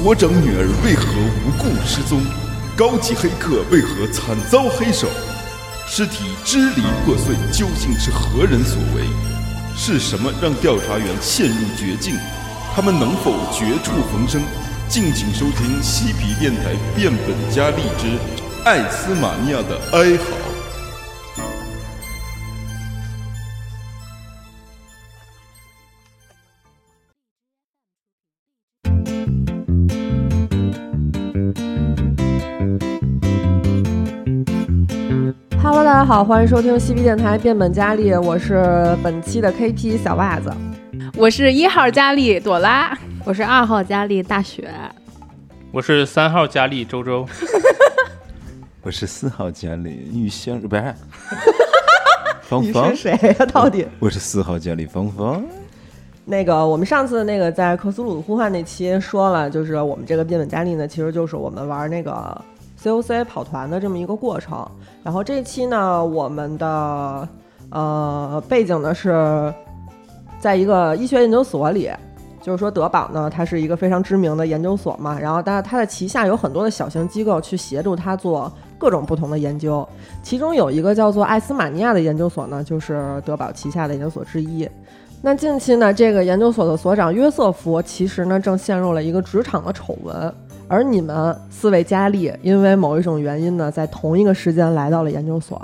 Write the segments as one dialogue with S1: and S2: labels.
S1: 国长女儿为何无故失踪？高级黑客为何惨遭黑手？尸体支离破碎，究竟是何人所为？是什么让调查员陷入绝境？他们能否绝处逢生？敬请收听嬉皮电台变本加厉之《艾斯玛尼亚的哀嚎》。
S2: Hello，大家好，欢迎收听西皮电台变本加厉，我是本期的 KP 小袜子。
S3: 我是一号佳丽朵拉，
S4: 我是二号佳丽大雪，
S5: 我是三号佳丽周周，
S6: 我是四号家里玉香，不是芳
S2: 你
S6: 芳
S2: 是。谁呀、到底
S6: 我是四号家里芳芳，
S2: 那个我们上次那个在克苏鲁的呼唤那期说了，就是我们这个变本加厉呢，其实就是我们玩那个 COC 跑团的这么一个过程。然后这一期呢，我们的呃背景呢是在一个医学研究所里。就是说，德宝呢，它是一个非常知名的研究所嘛，然后但是它的旗下有很多的小型机构去协助它做各种不同的研究，其中有一个叫做艾斯马尼亚的研究所呢，就是德宝旗下的研究所之一。那近期呢，这个研究所的所长约瑟夫其实呢正陷入了一个职场的丑闻，而你们四位佳丽因为某一种原因呢，在同一个时间来到了研究所。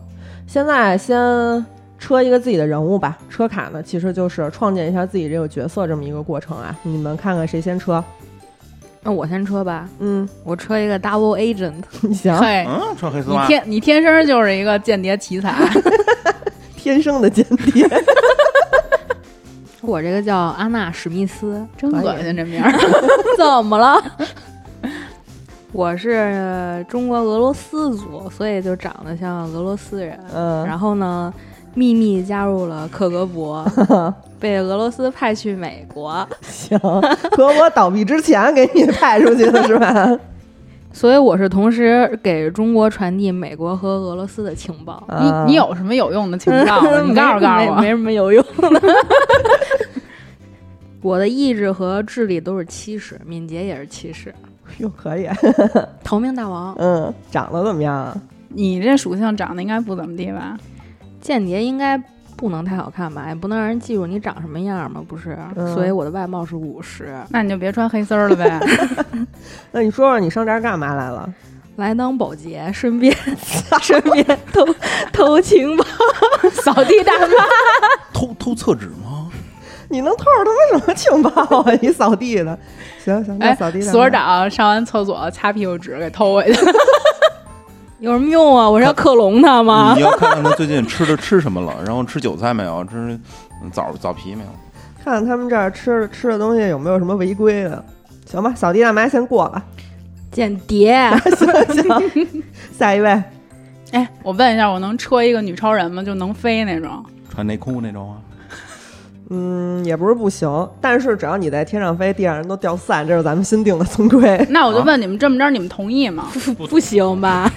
S2: 现在先车一个自己的人物吧，车卡呢其实就是创建一下自己这个角色这么一个过程啊。你们看看谁先车？
S4: 那我先车吧，
S2: 嗯，
S4: 我车一个 double agent，
S2: 你行，
S3: 嘿，
S4: 啊
S6: 嗯，穿黑丝
S3: 你
S6: 袜，
S3: 天你天生就是一个间谍奇才，
S2: 天生的间谍，
S4: 我这个叫安娜史密斯，真
S2: 可以
S4: 恶
S3: 恶
S4: 心，
S3: 心这名儿。
S4: 怎么了？我是中国俄罗斯族，所以就长得像俄罗斯人。
S2: 嗯，
S4: 然后呢，秘密加入了克格 勃，被俄罗斯派去美国，
S2: 行，和我倒闭之前给你派出去的是吧？
S4: 所以我是同时给中国传递美国和俄罗斯的情报。
S2: 啊
S3: 你你有什么有用的情报？ 你告诉告诉
S4: 嗯没没什
S3: 我。
S4: 么有用的。我的意志和智力都是七十，敏捷也是七十，
S2: 哟，可以，
S4: 逃命大王，
S2: 嗯，长得怎么样啊？
S3: 你这属性长得应该不怎么地吧？
S4: 间谍应该不能太好看吧，也不能让人记住你长什么样嘛，不是？
S2: 嗯
S4: 所以我的外貌是五十，
S3: 那你就别穿黑丝儿了呗。
S2: 那你说说你上这儿干嘛来了？
S4: 来当保洁，顺 便顺便偷偷情报，
S3: 扫地大妈，
S6: 偷偷厕纸吗？
S2: 你能透着他妈什么情报啊？你扫地的，行行，那
S3: 哎
S2: 扫地，的、
S3: 所长上完厕所擦屁股纸给偷回去。
S4: 有什么用啊？我是要克隆他吗
S6: 嗯你？要看看他最近吃的吃什么了，然后吃韭菜没有，吃嗯枣枣皮没有？
S2: 看看他们这儿吃吃的东西有没有什么违规的。行吧，扫地大妈先过吧。
S4: 间谍，
S2: 行行，下一位，
S3: 哎，我问一下，我能车一个女超人吗？就能飞那种？
S6: 穿内裤那种啊？
S2: 嗯，也不是不行，但是只要你在天上飞，地上人都掉散，这是咱们新定的总规。
S3: 那我就问你们这么着，你们同意吗？
S4: 不行吧？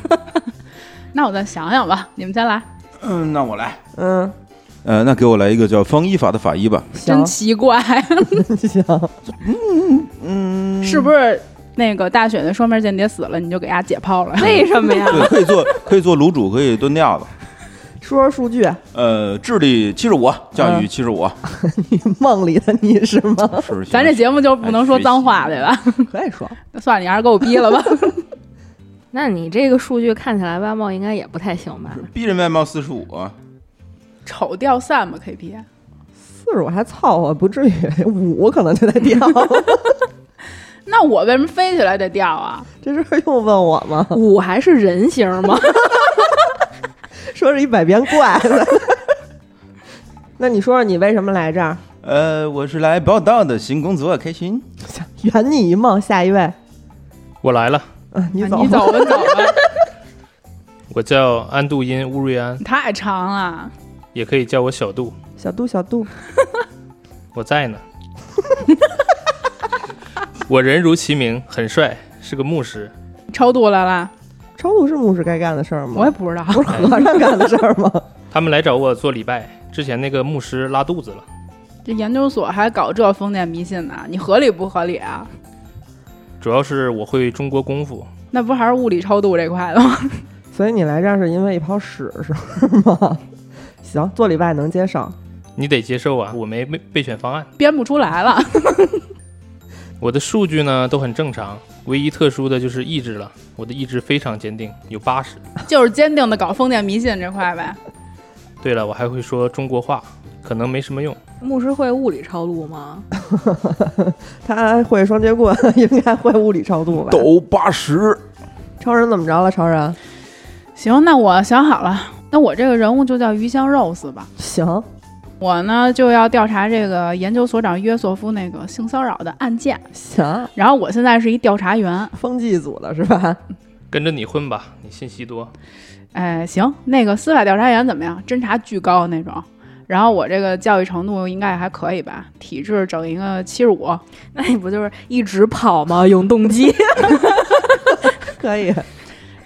S3: 那我再想想吧。你们先来。
S6: 嗯，那我来。
S2: 嗯，
S6: 呃，那给我来一个叫方一法的法医吧。
S2: 行
S3: 真奇怪，
S2: 行，
S6: 嗯，
S3: 是不是那个大雪那双面间谍死了，你就给他解剖了？
S4: 为什么呀？
S6: 对，可以做可以做卤煮，可以炖吊子。
S2: 说说数据，
S6: 呃，智力七十五，教育
S2: 嗯
S6: 七十五，啊
S2: 你梦里的你是 吗？
S6: 是
S3: 嗯咱这节目就不能说脏话，对 吧？
S2: 可以说，
S3: 那算了，你还是给我逼了吧。
S4: 那你这个数据看起来外貌应该也不太行 吧？
S6: 逼人外貌四十五，啊
S3: 丑掉散吧，KP。
S2: 四十五还凑合，不至于五可能就得掉。
S3: 那我为什么飞起来得掉啊？
S2: 这事儿用问我吗？
S4: 五还是人形 吗？
S2: 说是一百变怪的。 那你说说你为什么来这儿？
S6: 呃，我是来报道的，新工作开心。
S2: 圆你一梦，下一位，
S5: 我来了，
S2: 嗯，你
S3: 啊
S2: 走吧，
S3: 你走吧，走吧，
S5: 我叫安度因乌瑞安，
S3: 太长了。
S5: 也可以叫我小杜，
S2: 小度，小度，
S5: 我在呢。 我人如其名，很帅，是个牧师。
S3: 超度来
S2: 啊
S3: 了，
S2: 超度是牧师该干的事儿吗？
S3: 我也不知道。
S2: 不是和尚干的事儿吗？
S5: 他们来找我做礼拜，之前那个牧师拉肚子了，
S3: 这研究所还搞这封建迷信呢，你合理不合理啊？
S5: 主要是我会中国功夫，
S3: 那不还是物理超度这块的吗？
S2: 所以你来这儿是因为一泡屎是吗？ 行，做礼拜能接受。
S5: 你得接受啊，我没备备选方案。
S3: 编不出来了，
S5: 我的数据呢都很正常，唯一特殊的就是意志了。我的意志非常坚定，有八十。
S3: 就是坚定的搞封建迷信这块呗。
S5: 对了，我还会说中国话，可能没什么用。
S4: 牧师会物理超度吗？
S2: 他会双截棍，应该会物理超度吧？
S6: 抖八十，
S2: 超人怎么着了？超人
S3: 行，那我想好了，那我这个人物就叫鱼香肉丝吧。
S2: 行，
S3: 我呢就要调查这个研究所长约索夫那个性骚扰的案件，
S2: 行，
S3: 然后我现在是一调查员。
S2: 风纪组的是 吧？
S5: 跟着你混吧，你信息多。
S3: 哎，行，那个司法调查员怎么样？侦查巨高那种。然后我这个教育程度应该还可以吧，体质整一个七十五，
S4: 那你不就是一直跑吗？永动 机
S2: 可以，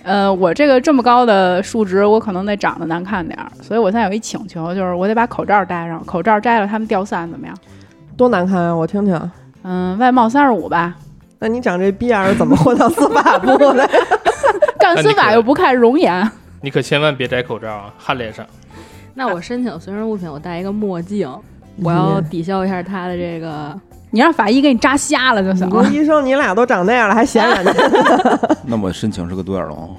S3: 呃，我这个这么高的数值，我可能得长得难看点儿，所以我现在有一请求，就是我得把口罩戴上，口罩摘了，他们掉散怎么样？
S2: 多难看啊！我听听。
S3: 嗯，外貌三十五吧，
S2: 那你长这逼样儿怎么混到司法部的？
S3: 干司法又不看容颜，
S5: 你可千万别摘口罩啊，汗脸上。
S4: 那我申请随身物品，我戴一个墨镜，我要抵消一下他的这个。
S3: 你让法医给你扎瞎了就
S2: 你
S3: 行了
S2: 跟。医生，你俩都长那样了，还显眼呢？
S6: 那我申请是个独眼龙，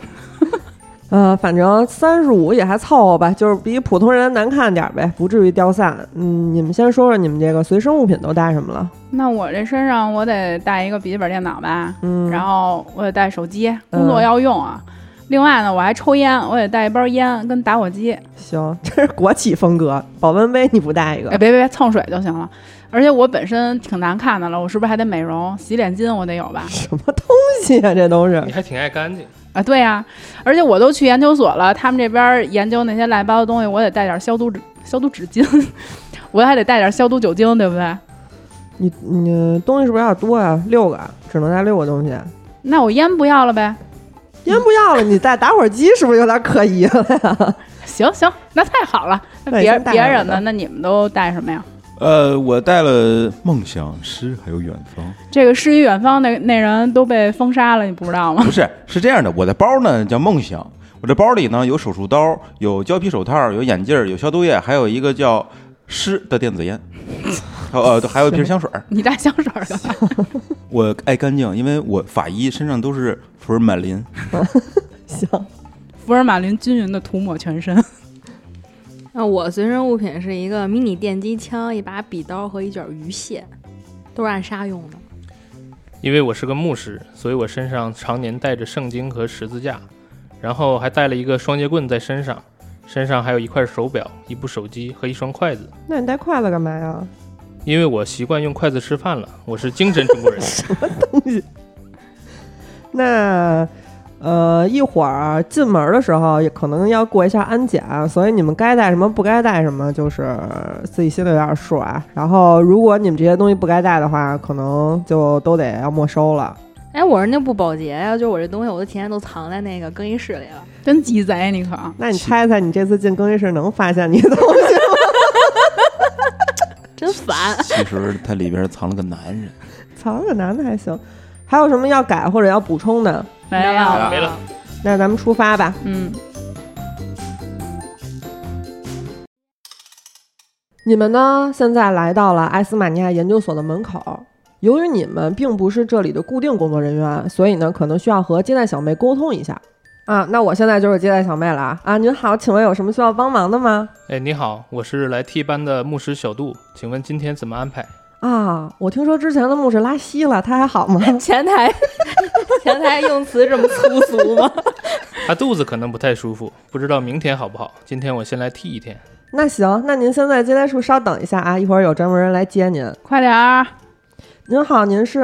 S2: 呃，反正三十五也还凑合吧，就是比普通人难看点儿呗，不至于掉散。嗯，你们先说说你们这个随身物品都带什么了？
S3: 那我这身上我得带一个笔记本电脑吧，
S2: 嗯，
S3: 然后我得带手机，
S2: 嗯
S3: 工作要用啊。另外呢，我还抽烟，我得带一包烟跟打火机。
S2: 行，这是国企风格，保温杯你不带一个
S3: 哎，？别别别，蹭水就行了。而且我本身挺难看的了，我是不是还得美容？洗脸巾我得有吧？
S2: 什么东西啊？这都是
S5: 你还挺爱干净，
S3: 啊，对呀、而且我都去研究所了，他们这边儿研究那些乱七八糟的东西，我得带点消毒纸、消毒纸巾， 我还得带点消毒酒精，对不对？
S2: 你你东西是不是有点多呀、六个，啊只能带六个东西。
S3: 那我烟不要了呗？
S2: 烟不要了，你带打火机是不是有点可疑了呀？
S3: 行行，那太好了。那
S2: 对
S3: 别
S2: 先带
S3: 别
S2: 上
S3: 人
S2: 我
S3: 呢？
S2: 的
S3: 那你们都带什么呀？
S6: 呃，我带了梦想诗，还有远方。
S3: 这个诗与远方那那人都被封杀了，你不知道 吗？
S6: 不是，是这样的，我的包呢叫梦想，我这包里呢有手术刀，有胶皮手套，有眼镜儿，有消毒液，还有一个叫湿的电子烟，还有呃还有一瓶香水儿。
S3: 你带香水儿干嘛？
S6: 我爱干净，因为我法医身上都是福尔马 林。。
S2: 行，
S3: 福尔马林均匀的涂抹全 身。
S4: 那我随身物品是一个迷你电击枪、一把笔刀和一卷鱼线，都是暗杀用的。
S5: 因为我是个牧师，所以我身上常年带着圣经和十字架，然后还带了一个双截棍在身上，身上还有一块手表、一部手机和一双筷子。
S2: 那你带筷子干嘛呀？
S5: 因为我习惯用筷子吃饭了，我是精神中国人。
S2: 那呃，一会儿进门的时候也可能要过一下安检，啊所以你们该带什么不该带什么，就是自己心里有点数啊。然后，如果你们这些东西不该带的话，可能就都得要没收了。
S4: 哎，我是那不保洁呀、就我这东西，我都提前都藏在那个更衣室里了。
S3: 真鸡贼，你可
S2: 那你猜猜，你这次进更衣室能发现你的东西吗？
S4: 真 烦
S6: 其实它里边藏了个男人。
S2: 藏个男的还行。还有什么要改或者要补充的？
S3: 没
S4: 有
S3: 了。
S5: 没了
S2: 那咱们出发吧。
S3: 啊嗯，
S2: 你们呢，现在来到了埃斯马尼亚研究所的门口。由于你们并不是这里的固定工作人员，所以呢，可能需要和接待小妹沟通一下。啊，那我现在就是接待小妹了啊！啊，您好，请问有什么需要帮忙的吗？
S5: 哎，你好，我是来替班的牧师小杜，请问今天怎么安排？
S2: 啊，我听说之前的牧师拉稀了，他还好吗？
S4: 前台， 前台用词这么粗俗吗？
S5: 他肚子可能不太舒服，不知道明天好不好。今天我先来替一天。
S2: 那行，那您现在接待处稍等一下啊，一会儿有专门人来接您。
S3: 快点儿！
S2: 您好，您是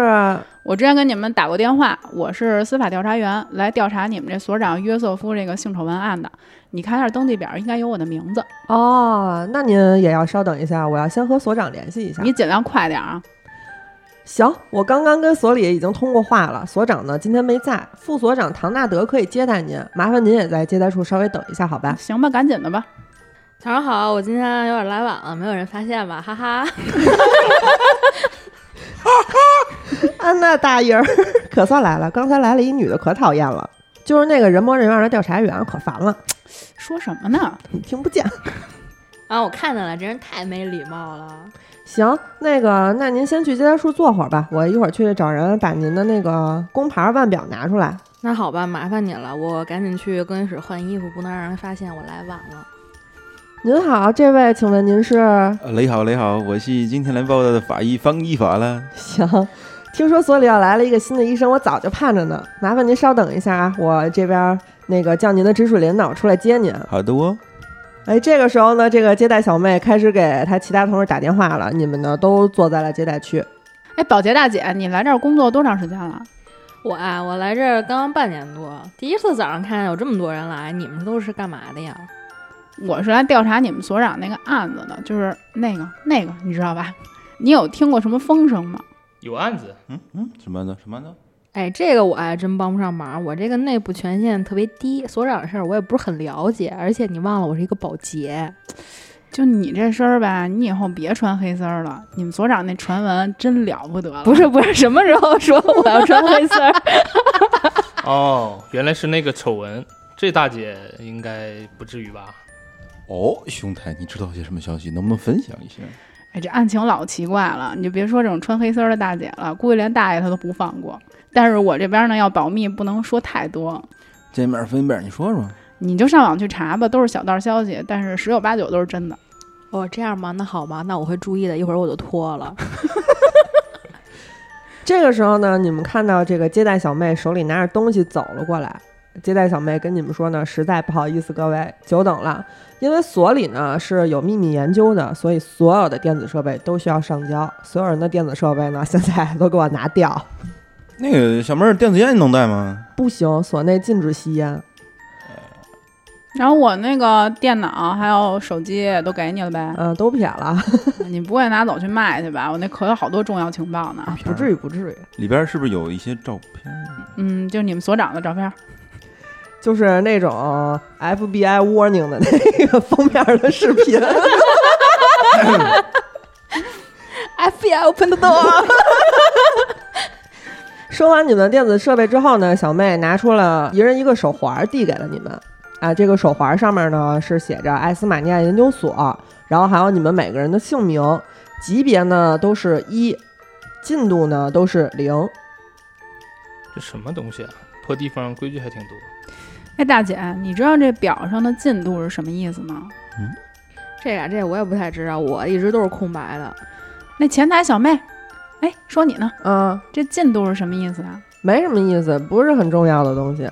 S3: 我之前跟你们打过电话，我是司法调查员，来调查你们这所长约瑟夫这个性丑闻案的。你看一下登记表，应该有我的名字。
S2: 哦，那您也要稍等一下，我要先和所长联系一下。
S3: 你尽量快点啊！
S2: 行，我刚刚跟所里已经通过话了，所长呢今天没在，副所长唐纳德可以接待您，麻烦您也在接待处稍微等一下，好 吧？
S3: 行吧，赶紧的吧。
S4: 早上好，我今天有点来晚了，没有人发现吧？哈哈。
S2: 啊安娜大爷儿 可算来了，刚才来了一女的，可讨厌了。就是那个人模人样的调查员，可烦了，
S3: 说什么呢？
S2: 你听 不见。
S4: 啊，我看见了，真是太没礼貌了。
S2: 行，那个，那您先去接待处坐会儿吧，我一会儿去找人把您的那个工牌腕表拿出来。
S4: 那好吧，麻烦你了，我赶紧去更衣室换衣服，不能让人发现我来晚了。
S2: 您好，这位，请问您是？
S6: 呃 雷好，雷好，我是今天来报道的法医方一法了。
S2: 行，听说所里要来了一个新的医生，我早就盼着呢。麻烦您稍等一下啊，我这边那个叫您的直属领导出来接您。啊
S6: 好的哦，
S2: 哎，这个时候呢，这个接待小妹开始给她其他同事打电话了，你们呢都坐在了接待区。
S3: 哎，保洁大姐，你来这儿工作多长时间了？
S4: 我啊，我来这儿刚半年多，第一次早上看见有这么多人来，你们都是干嘛的呀？
S3: 我是来调查你们所长那个案子的，就是那个那个，你知道吧？你有听过什么风声吗？
S5: 有案子，
S6: 嗯嗯，什么呢？什么呢？
S4: 哎，这个我还真帮不上忙，我这个内部权限特别低，所长的事儿我也不是很了解，而且你忘了我是一个保洁，
S3: 就你这身儿吧，你以后别穿黑丝儿了。你们所长那传闻真了不得 了，
S4: 不是不是什么时候说我要穿黑丝儿，
S5: 哦，原来是那个丑闻，这大姐应该不至于吧？
S6: 哦，兄台，你知道些什么消息？能不能分享一下？
S3: 哎，这案情老奇怪了，你就别说这种穿黑丝儿的大姐了，估计连大爷他都不放过。但是我这边呢要保密，不能说太多，
S6: 见面分辨，你说说。
S3: 你就上网去查吧，都是小道消息，但是十有八九都是真的。
S4: 哦，这样吗？那好吧，那我会注意的。一会儿我就脱了。
S2: 这个时候呢，你们看到这个接待小妹手里拿着东西走了过来。接待小妹跟你们说呢，实在不好意思，各位久等了，因为所里呢是有秘密研究的，所以所有的电子设备都需要上交，所有人的电子设备呢现在都给我拿掉，
S6: 那个小妹儿，电子烟你能带吗？
S2: 不行，所内禁止吸烟。
S3: 然后我那个电脑还有手机都给你了 呗，
S2: 嗯、都撇了，
S3: 你不会拿走去卖去吧？我那可有好多重要情报呢。
S2: 不至于，不至于。
S6: 里边是不是有一些照片儿？
S3: 嗯，就是你们所长的照片。
S2: 就是那种 FBI warning 的那个封面的视 频，
S4: FBI open the door。
S2: 收完你们的电子设备之后呢，小妹拿出了一人一个手环，递给了你们。啊，这个手环上面呢是写着艾斯马尼亚研究所，然后还有你们每个人的姓名、级别呢都是一，进度呢都是零。
S5: 这什么东西啊？破地方规矩还挺多。
S3: 哎，大姐，你知道这表上的进度是什么意思吗？
S4: 这俩这我也不太知道，我一直都是空白的。
S3: 那前台小妹，哎，说你呢，
S2: 嗯，
S3: 这进度是什么意思啊？
S2: 没什么意思，不是很重要的东西。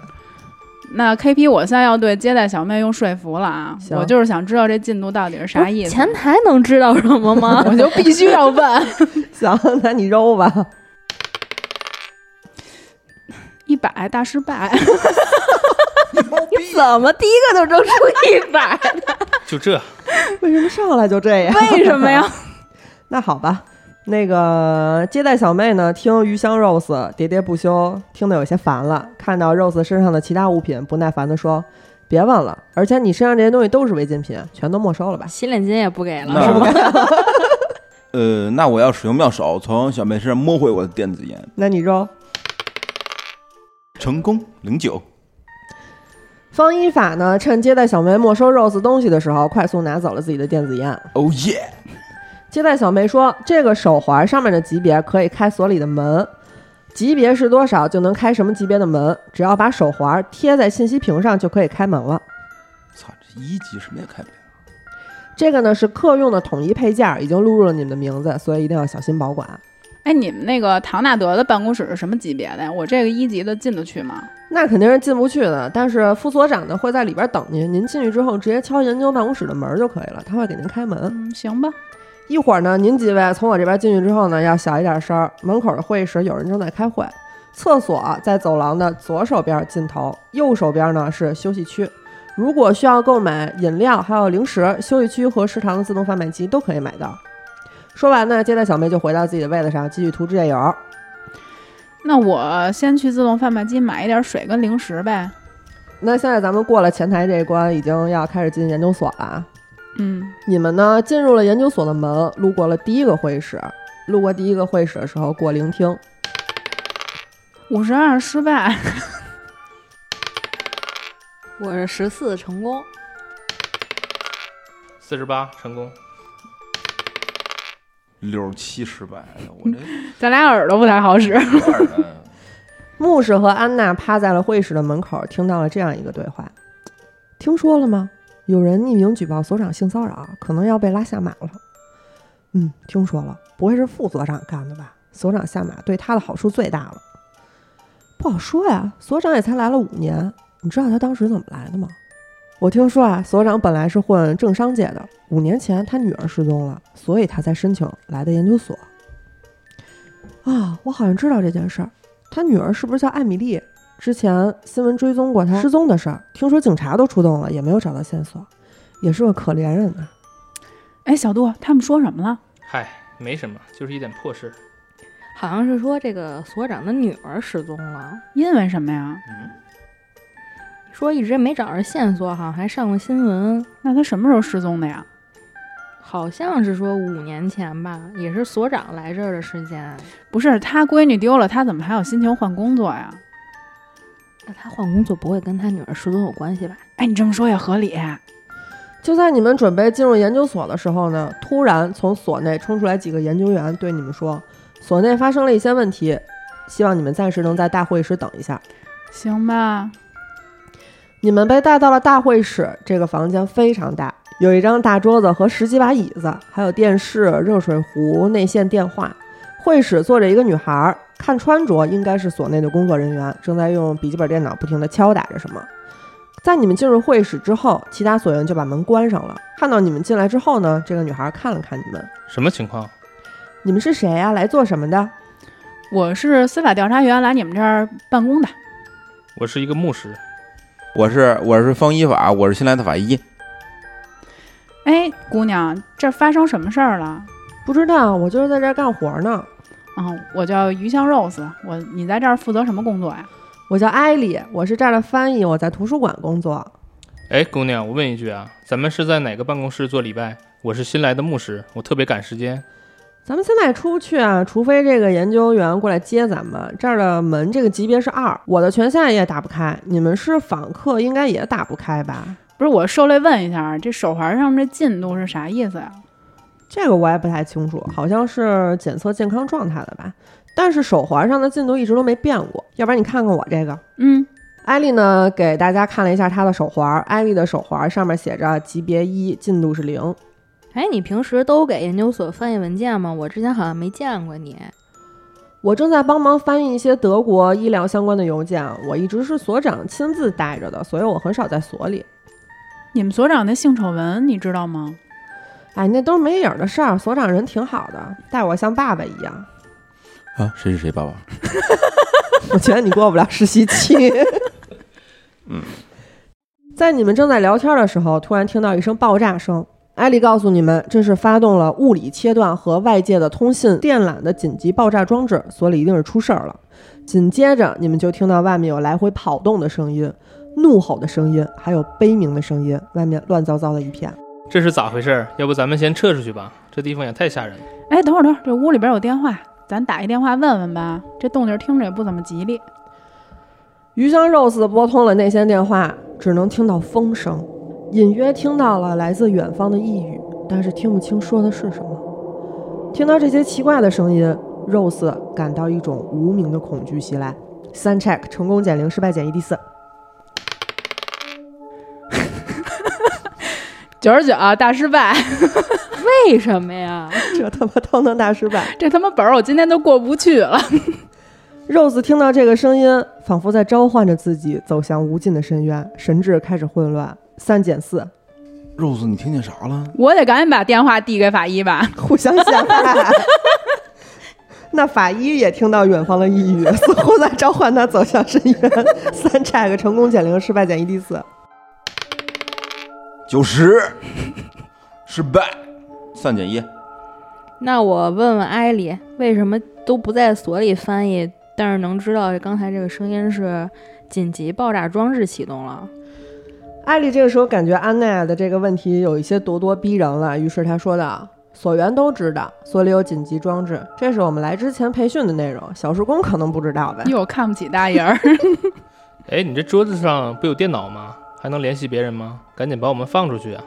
S3: 那 KP，我现在要对接待小妹用说服了啊！
S2: 行
S3: 我就是想知道这进度到底是啥意思。
S4: 前台能知道什么吗？
S3: 我就必须要问，
S2: 行，那你揉吧。
S3: 一百大失败。
S4: 你 怎么第一个就扔出一 百？
S5: 就这，
S2: 为什么上来就这样？
S3: 为什么呀？
S2: 那好吧，那个接待小妹呢，听鱼香 Rose 喋喋不休，听得有些烦了。看到 Rose 身上的其他物品，不耐烦地说：“别问了，而且你身上这些东西都是违禁品，全都没收了吧
S4: 洗脸巾也不给了，是吧？
S6: 那 呃，那我要使用妙手，从小妹身上摸回我的电子烟，？”
S2: 那你说，
S6: 成功零九。
S2: 方一法呢，趁接待小妹没收 Rose 东西的时候，快速拿走了自己的电子烟。
S6: 哦耶！
S2: 接待小妹说：“这个手环上面的级别可以开所里的门，级别是多少就能开什么级别的门，只要把手环贴在信息屏上就可以开门了。”
S6: 操，这一级什么也开不了。
S2: 这个呢是客用的统一配件，已经录入了你们的名字，所以一定要小心保管。
S3: 哎，你们那个唐纳德的办公室是什么级别的呀？我这个一级的进得去吗？
S2: 那肯定是进不去的，但是副所长呢会在里边等您，您进去之后直接敲研究办公室的门就可以了，他会给您开门。
S3: 嗯，行吧。
S2: 一会儿呢，您几位从我这边进去之后呢，要小一点声儿。门口的会议室有人正在开会，厕所在走廊的左手边尽头，右手边呢是休息区。如果需要购买饮料还有零食，休息区和食堂的自动贩卖机都可以买到。说完呢，接待小妹就回到自己的位子上，继续涂指甲油。
S3: 那我先去自动贩卖机买一点水跟零食呗。
S2: 那现在咱们过了前台这一关，已经要开始进研究所了啊。
S3: 嗯，
S2: 你们呢，进入了研究所的门，路过了第一个会议室。路过第一个会议室的时候，过聆听，
S3: 五十二失败，
S4: 我是十四成功，
S5: 四十八成功，
S6: 六十七失败，哎呀我 这
S3: 咱俩耳朵不太好使。
S6: 有点儿哎
S2: 牧师和安娜趴在了会室的门口，听到了这样一个对话：“听说了吗？有人匿名举报所长性骚扰，可能要被拉下马了。”“嗯，听说了，不会是副所长干的吧？所长下马对他的好处最大了。”“不好说呀，所长也才来了五年，你知道他当时怎么来的吗？”我听说啊，所长本来是混政商界的，五年前他女儿失踪了，所以他才申请来的研究所。啊，我好像知道这件事儿。他女儿是不是叫艾米丽？之前新闻追踪过她失踪的事儿，听说警察都出动了，也没有找到线索，也是个可怜人啊呐、
S3: 哎，小杜，他们说什么了？
S5: 嗨，没什么，就是一点破事。
S4: 好像是说这个所长的女儿失踪了，
S3: 因为什么呀？
S4: 说一直没找着线索，好像还上过新闻，
S3: 那他什么时候失踪的呀？
S4: 好像是说五年前吧，也是所长来这儿的时间。
S3: 不是他闺女丢了，他怎么还有心情换工作呀？
S4: 那他换工作不会跟他女儿失踪有关系吧？
S3: 哎，你这么说也合理。
S2: 就在你们准备进入研究所的时候呢，突然从所内冲出来几个研究员，对你们说：“所内发生了一些问题，希望你们暂时能在大会室等一下。”
S3: 行吧，
S2: 你们被带到了大会室，这个房间非常大，有一张大桌子和十几把椅子，还有电视、热水壶、内线电话。会室坐着一个女孩儿，看穿着应该是所内的工作人员，正在用笔记本电脑不停地敲打着什么。在你们进入会室之后，其他所员就把门关上了。看到你们进来之后呢，这个女孩看了看你们，
S5: 什么情况？
S2: 你们是谁呀、来做什么的？
S3: 我是司法调查员，来你们这儿办公的。
S5: 我是一个牧师，
S6: 我是我是方一法，我是新来的法医。
S3: 哎，姑娘，这儿发生什么事儿了？
S2: 不知道，我就是在这儿干活呢。
S3: 啊、我叫鱼香 Rose，我你在这儿负责什么工作呀？
S2: 我叫艾莉，我是这儿的翻译，我在图书馆工作。
S5: 哎，姑娘，我问一句啊，咱们是在哪个办公室做礼拜？我是新来的牧师，我特别赶时间。
S2: 咱们现在出不去啊，除非这个研究员过来接咱们。这儿的门这个级别是二，我的权限也打不开，你们是访客应该也打不开吧？
S3: 不是，我受累问一下，这手环上面这进度是啥意思呀、
S2: 这个我也不太清楚，好像是检测健康状态的吧。但是手环上的进度一直都没变过，要不然你看看我这个。
S3: 嗯，
S2: 艾丽呢，给大家看了一下她的手环，艾丽的手环上面写着级别一，进度是零。
S4: 哎，你平时都给研究所翻译文件吗？我之前好像没见过你。
S2: 我正在帮忙翻译一些德国医疗相关的邮件，我一直是所长亲自带着的，所以我很少在所里。
S3: 你们所长的性丑闻你知道吗？
S2: 哎，那都是没影儿的事儿。所长人挺好的，待我像爸爸一样。
S6: 啊，谁是谁爸爸？
S2: 我觉得你过不了实习期。
S6: 嗯，
S2: 在你们正在聊天的时候，突然听到一声爆炸声。艾丽告诉你们，这是发动了物理切断和外界的通信电缆的紧急爆炸装置，所以一定是出事儿了。紧接着，你们就听到外面有来回跑动的声音、怒吼的声音，还有悲鸣的声音，外面乱糟糟的一片。
S5: 这是咋回事儿？要不咱们先撤出去吧？这地方也太吓人了。
S3: 哎，等会儿等会儿，这屋里边有电话，咱打一电话问问吧。这动静听着也不怎么吉利。
S2: 鱼香肉丝拨通了内线电话，只能听到风声，隐约听到了来自远方的呓语，但是听不清说的是什么。听到这些奇怪的声音，肉丝感到一种无名的恐惧袭来。三 check 成功减零，失败减一，第四。
S3: 九十九啊大失败，
S4: 为什么呀？
S2: 这他妈都能大失败！
S3: 这他妈本儿我今天都过不去了。
S2: 肉丝听到这个声音，仿佛在召唤着自己走向无尽的深渊，神智开始混乱。三减四，
S6: Rose，你听见啥了？
S3: 我得赶紧把电话递给法医吧。
S2: 互相陷害。 那法医也听到远方的呓语，似乎在召唤他走向深渊。三 check 成功减零，失败减一，第四。
S6: 九十， 失败，三减一。
S4: 那我问问艾莉，为什么都不在所里翻译，但是能知道刚才这个声音是紧急爆炸装置启动了？
S2: 艾丽这个时候感觉安奈的这个问题有一些咄咄逼人了，于是她说道：“所员都知道所里有紧急装置，这是我们来之前培训的内容。小时工可能不知道吧？
S3: 哟，看不起大爷儿，
S5: 哎，你这桌子上不有电脑吗？还能联系别人吗？赶紧把我们放出去啊！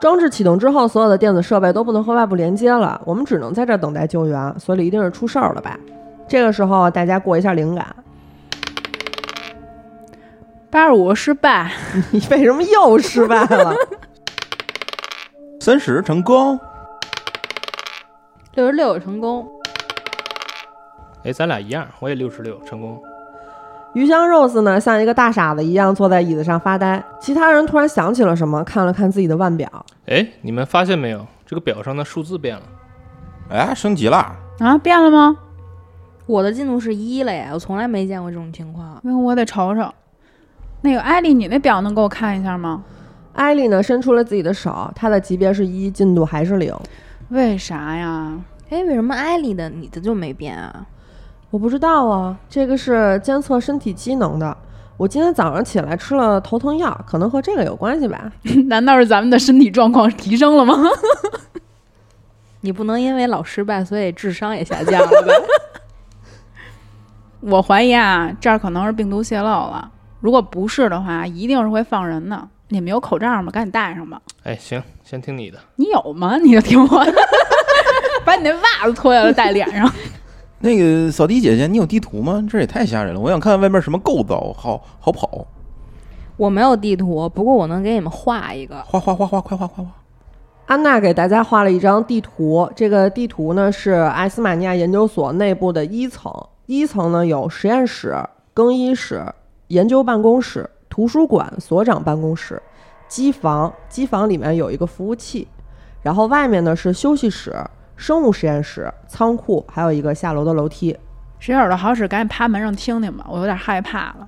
S2: 装置启动之后，所有的电子设备都不能和外部连接了，我们只能在这儿等待救援。所里一定是出事儿了吧？这个时候大家过一下灵感，
S3: 八十五失败，
S2: 你为什么又失败了？
S6: 三十成功，
S4: 六十六成功，
S5: 哎，咱俩一样，我也六十六，成功。
S2: 鱼香 Rose 呢，像一个大傻子一样坐在椅子上发呆。其他人突然想起了什么，看了看自己的腕表，
S5: 哎，你们发现没有，这个表上的数字变了。
S6: 哎，升级了，
S3: 啊，变了吗？
S4: 我的进度是一了呀，我从来没见过这种情况。
S3: 那我得瞅瞅。那个艾丽，你那表能给我看一下吗？
S2: 艾丽呢伸出了自己的手，她的级别是一，进度还是零。
S3: 为啥呀？
S4: 哎，为什么艾丽的你的就没变啊？
S2: 我不知道啊，这个是监测身体机能的。我今天早上起来吃了头疼药，可能和这个有关系吧。
S3: 难道是咱们的身体状况提升了吗？
S4: 你不能因为老失败，所以智商也下降了吧？
S3: 我怀疑啊，这儿可能是病毒泄露了。如果不是的话，一定是会放人的。你们有口罩吗？赶紧戴上吧。
S5: 哎，行，先听你的。
S3: 你有吗？你就听我的， 把你那袜子脱下来戴脸上。
S6: 那个扫地姐姐，你有地图吗？这也太吓人了，我想看看外面什么构造，好好跑，
S4: 我没有地图，不过我能给你们画一个。
S6: 哗哗哗哗，快哗哗哗！
S2: 安娜给大家画了一张地图，这个地图呢是艾斯马尼亚研究所内部的一层，一层呢有实验室、更衣室、研究办公室、图书馆、所长办公室、机房，机房里面有一个服务器，然后外面呢是休息室、生物实验室、仓库，还有一个下楼的楼梯。
S3: 谁耳朵好使，赶紧趴门上听听吧，我有点害怕了。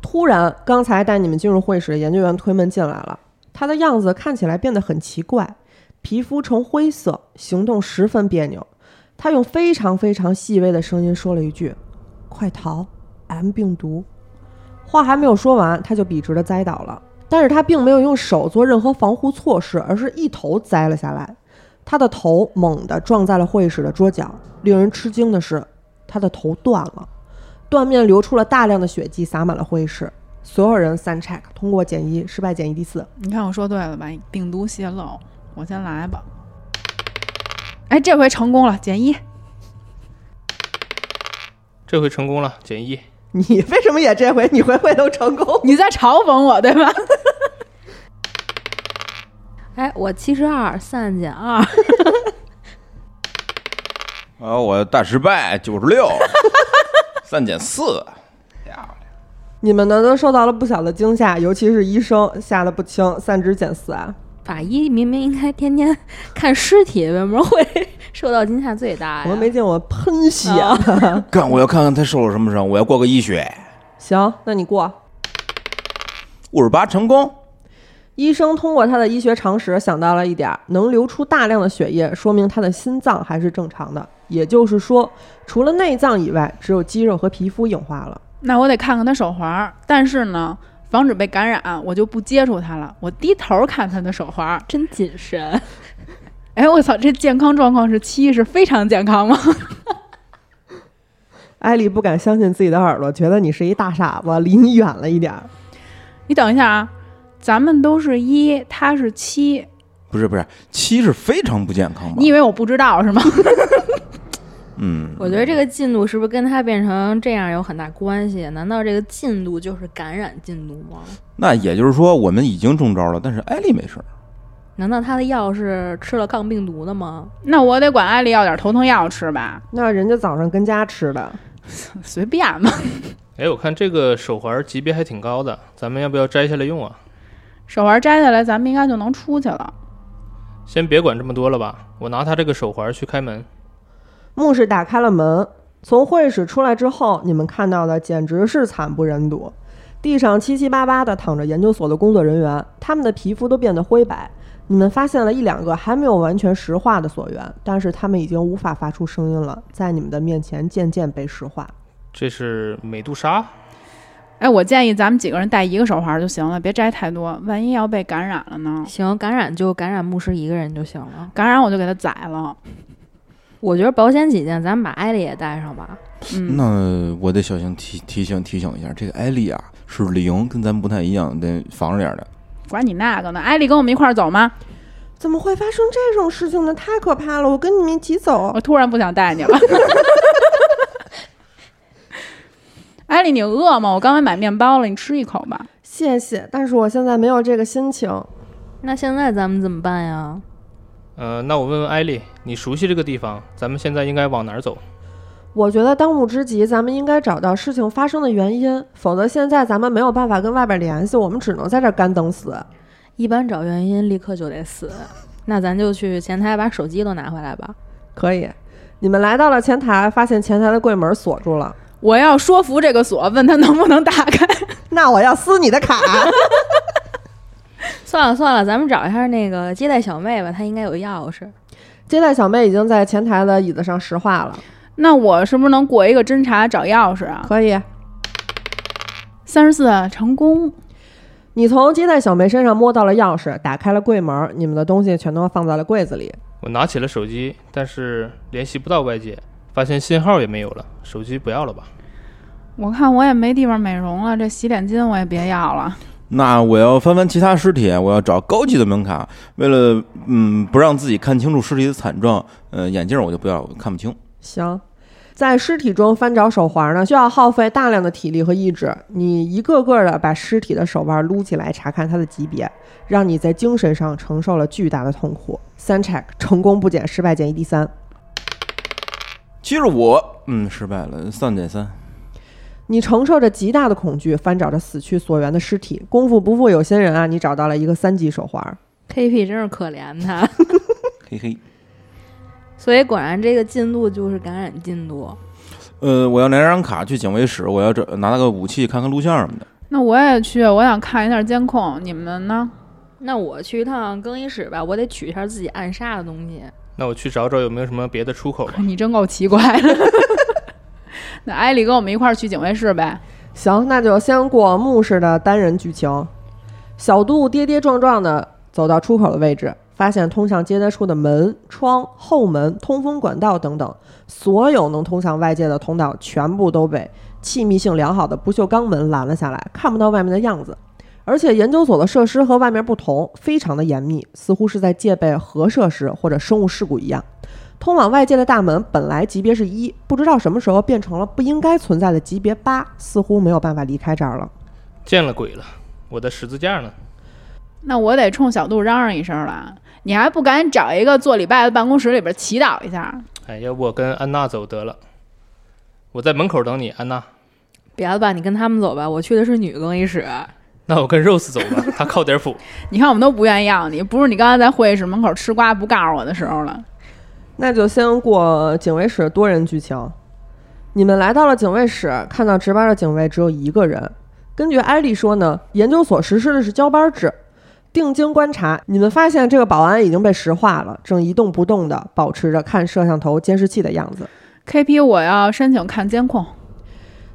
S2: 突然，刚才带你们进入会室的研究员推门进来了，他的样子看起来变得很奇怪，皮肤呈灰色，行动十分别扭。他用非常非常细微的声音说了一句：“快逃，M 病毒。”话还没有说完，他就笔直的栽倒了。但是他并没有用手做任何防护措施，而是一头栽了下来。他的头猛地撞在了会议室的桌角。令人吃惊的是，他的头断了。断面流出了大量的血迹，洒满了会议室。所有人三 check，通过减一，失败减一第四。
S3: 你看我说对了吧？病毒泄露，我先来吧。哎，这回成功了，减一。
S5: 这回成功了，减一。
S2: 你为什么也这回你回回都成功？
S3: 你在嘲讽我对吧？
S4: 哎，我七十二，三减二，
S6: 啊，我大失败，九十六，三减四，
S2: 你们呢都受到了不小的惊吓，尤其是医生吓得不轻，三指减四啊！
S4: 法医明明应该天天看尸体，为什么会受到惊吓最大呀？
S2: 我都没见过喷血。
S6: 干！我要看看他受了什么伤，我要过个医学。
S2: 行，那你过。
S6: 五十八成功，
S2: 医生通过他的医学常识想到了一点儿，能流出大量的血液，说明他的心脏还是正常的。也就是说，除了内脏以外，只有肌肉和皮肤硬化了。
S3: 那我得看看他手环儿，但是呢，防止被感染，我就不接触他了。我低头看他的手环儿。
S4: 真谨慎。
S3: 哎，我操，这健康状况是七，是非常健康吗？
S2: 艾丽不敢相信自己的耳朵，觉得你是一大傻子，离你远了一点儿。
S3: 你等一下啊，咱们都是一，他是七，
S6: 不是不是，七是非常不健康吧？
S3: 你以为我不知道是吗？
S6: 嗯，
S4: 我觉得这个进度是不是跟他变成这样有很大关系？难道这个进度就是感染进度吗？
S6: 那也就是说我们已经中招了，但是艾丽没事儿。
S4: 难道他的药是吃了抗病毒的吗？
S3: 那我得管艾丽要点头疼药吃吧，
S2: 那人家早上跟家吃的，
S3: 随便吧。
S5: 哎，我看这个手环级别还挺高的，咱们要不要摘下来用啊？
S3: 手环摘下来，咱们应该就能出去了。
S5: 先别管这么多了吧，我拿他这个手环去开门。
S2: 牧师打开了门。从会议室出来之后，你们看到的简直是惨不忍睹。地上七七八八的躺着研究所的工作人员，他们的皮肤都变得灰白。你们发现了一两个还没有完全石化的所员，但是他们已经无法发出声音了，在你们的面前渐渐被石化。
S5: 这是美杜莎，
S3: 哎，我建议咱们几个人带一个手环就行了，别摘太多，万一要被感染了呢？
S4: 行，感染就感染牧师一个人就行了。
S3: 感染我就给他宰了。
S4: 我觉得保险起见，咱们把艾丽也带上吧。
S3: 嗯，
S6: 那我得小心提提醒提醒一下，这个艾丽啊是零，跟咱不太一样，得防着点儿的。
S3: 管你那个呢，艾丽跟我们一块儿走吗？
S2: 怎么会发生这种事情呢？太可怕了！我跟你们一起走
S3: 我。突然不想带你了。 艾丽，你饿吗？我刚才买面包了，你吃一口吧。
S2: 谢谢，但是我现在没有这个心情。
S4: 那现在咱们怎么办呀？
S5: 呃，那我问问艾丽，你熟悉这个地方，咱们现在应该往哪儿走？
S2: 我觉得当务之急，咱们应该找到事情发生的原因，否则现在咱们没有办法跟外边联系，我们只能在这儿干等死。
S4: 一般找原因立刻就得死。那咱就去前台把手机都拿回来吧。
S2: 可以，你们来到了前台，发现前台的柜门锁住了。
S3: 我要说服这个锁，问他能不能打开。
S2: 那我要撕你的卡！
S4: 算了算了，咱们找一下那个接待小妹吧，她应该有钥匙。
S2: 接待小妹已经在前台的椅子上石化了。
S3: 那我是不是能过一个侦查找钥匙啊？
S2: 可以，
S3: 三十四成功。
S2: 你从接待小妹身上摸到了钥匙，打开了柜门，你们的东西全都放在了柜子里。
S5: 我拿起了手机，但是联系不到外界，发现信号也没有了，手机不要了吧？
S3: 我看我也没地方美容了，这洗脸巾我也别要了。
S6: 那我要翻翻其他尸体，我要找高级的门卡。为了嗯不让自己看清楚尸体的惨状，呃，眼镜我就不要，我看不清。
S2: 行，在尸体中翻找手环呢，需要耗费大量的体力和意志。你一个个的把尸体的手腕撸起来，查看它的级别，让你在精神上承受了巨大的痛苦。三 check 成功不减，失败减一 d 三。
S6: 七十五，嗯，失败了，三减三。
S2: 你承受着极大的恐惧，翻找着死去所缘的尸体。功夫不负有心人啊，你找到了一个三级手环。
S4: KP 真是可怜她，
S6: 嘿嘿，
S4: 所以果然这个进度就是感染进度。
S6: 呃，我要拿张卡去警卫室，我要找拿那个武器看看录像什么的。
S3: 那我也去，我想看一下监控。你们呢？
S4: 那我去一趟更衣室吧，我得取一下自己暗杀的东西。
S5: 那我去找找有没有什么别的出口吧。
S3: 你真够奇怪的。 那艾丽跟我们一块儿去警卫室呗。
S2: 行，那就先过牧师的单人剧情。小杜跌跌撞撞的走到出口的位置，发现通向接待处的门窗、后门、通风管道等等，所有能通向外界的通道全部都被气密性良好的不锈钢门拦了下来，看不到外面的样子。而且研究所的设施和外面不同，非常的严密，似乎是在戒备核设施或者生物事故一样。通往外界的大门本来级别是一，不知道什么时候变成了不应该存在的级别八，似乎没有办法离开这儿了。
S5: 见了鬼了，我的十字架呢？
S3: 那我得冲小杜嚷嚷一声了。你还不赶紧找一个做礼拜的办公室里边祈祷一下？
S5: 哎，要不我跟安娜走得了。我在门口等你，安娜。
S4: 别了吧，你跟他们走吧，我去的是女更衣室。
S5: 那我跟 Rose 走吧，她靠点谱。
S3: 你看我们都不愿意要你，不是你刚才在会议室门口吃瓜不告诉我的时候了。
S2: 那就先过警卫室多人剧情。你们来到了警卫室，看到值班的警卫只有一个人。根据艾丽说呢，研究所实施的是交班制。定睛观察，你们发现这个保安已经被石化了，正一动不动地保持着看摄像头监视器的样子。
S3: KP，我要申请看监控。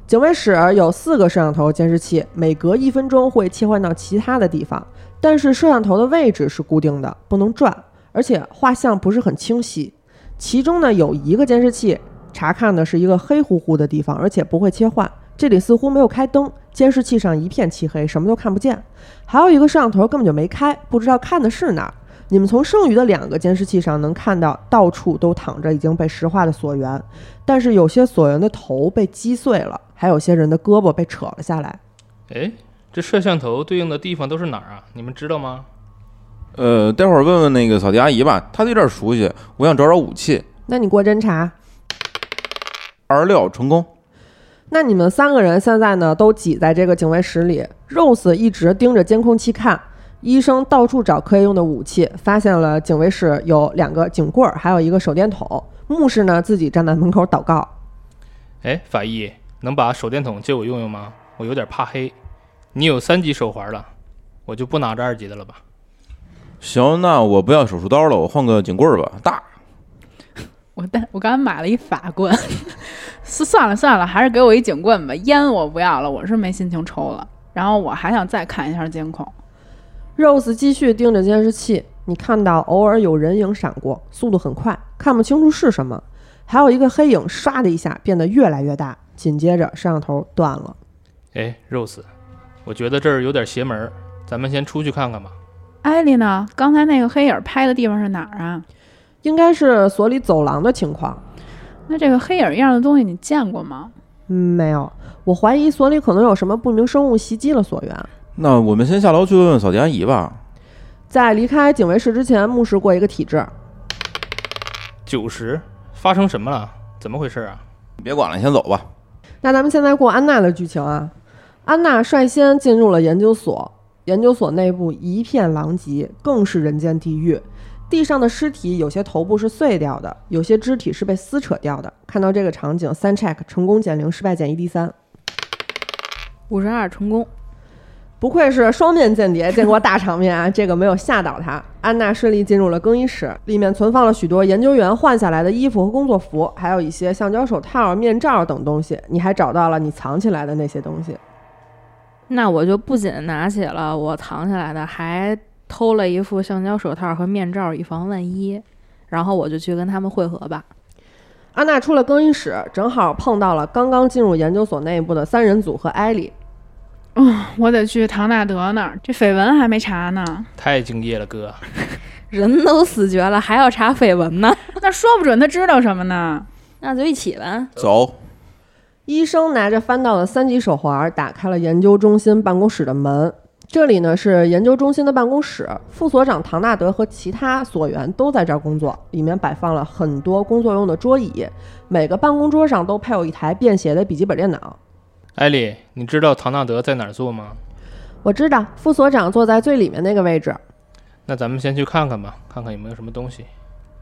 S2: 警卫室有四个摄像头监视器，每隔一分钟会切换到其他的地方，但是摄像头的位置是固定的，不能转，而且画像不是很清晰。其中呢有一个监视器查看的是一个黑乎乎的地方，而且不会切换。这里似乎没有开灯，监视器上一片漆黑，什么都看不见。还有一个摄像头根本就没开，不知道看的是哪儿。你们从剩余的两个监视器上能看到，到处都躺着已经被石化的所员，但是有些所员的头被击碎了，还有些人的胳膊被扯了下来。
S5: 哎，这摄像头对应的地方都是哪儿啊？你们知道吗？
S6: 呃，待会儿问问那个扫地阿姨吧，她对这儿熟悉。我想找找武器。
S2: 那你过侦查。
S6: 二十六成功，
S2: 那你们三个人现在呢，都挤在这个警卫室里。Rose 一直盯着监控器看，医生到处找可以用的武器，发现了警卫室有两个警棍儿，还有一个手电筒。牧师呢，自己站在门口祷告。
S5: 哎，法医，能把手电筒借我用用吗？我有点怕黑。你有三级手环了，我就不拿着二级的了吧？
S6: 行，那我不要手术刀了，我换个警棍儿吧，大。
S3: 我但我刚才买了一法棍， 是算了算了，还是给我一警棍吧，烟我不要了，我是没心情抽了。然后我还想再看一下监控，
S2: Rose 继续盯着监视器，你看到偶尔有人影闪过，速度很快，看不清楚是什么。还有一个黑影唰的一下变得越来越大，紧接着摄像头断了。
S5: 哎，Rose，我觉得这儿有点邪门儿，咱们先出去看看吧。
S3: 艾莉呢？刚才那个黑影拍的地方是哪儿啊？
S2: 应该是所里走廊的情况。
S3: 那这个黑影一样的东西你见过吗？
S2: 嗯，没有，我怀疑所里可能有什么不明生物袭击了所园。
S6: 那我们先下楼去问问扫地阿姨吧。
S2: 在离开警卫室之前，目视过一个体制。
S5: 九十，发生什么了？怎么回事啊？
S6: 别管了，先走吧。
S2: 那咱们现在过安娜的剧情啊。安娜率先进入了研究所，研究所内部一片狼藉，更是人间地狱。地上的尸体有些头部是碎掉的，有些肢体是被撕扯掉的。看到这个场景，三 check 成功减零，失败减一 d 三。
S4: 五十二成功，
S2: 不愧是双面间谍，见过大场面啊！这个没有吓倒他。安娜顺利进入了更衣室，里面存放了许多研究员换下来的衣服和工作服，还有一些橡胶手套、面罩等东西。你还找到了你藏起来的那些东西。
S4: 那我就不仅拿起了我藏起来的，还偷了一副橡胶手套和面罩，以防万一。然后我就去跟他们会合吧。
S2: 安娜出了更衣室，正好碰到了刚刚进入研究所内部的三人组和艾莉。
S3: 我得去唐纳德那儿，这绯闻还没查呢。
S5: 太敬业了，哥。
S4: 人都死绝了，还要查绯闻呢？
S3: 那说不准他知道什么呢？
S4: 那就一起吧。
S6: 走，
S2: 医生拿着翻到的三级手环，打开了研究中心办公室的门。这里呢是研究中心的办公室，副所长唐纳德和其他所员都在这儿工作。里面摆放了很多工作用的桌椅，每个办公桌上都配有一台便携的笔记本电脑。
S5: 艾莉，你知道唐纳德在哪儿坐吗？
S2: 我知道副所长坐在最里面那个位置，
S5: 那咱们先去看看吧，看看有没有什么东西。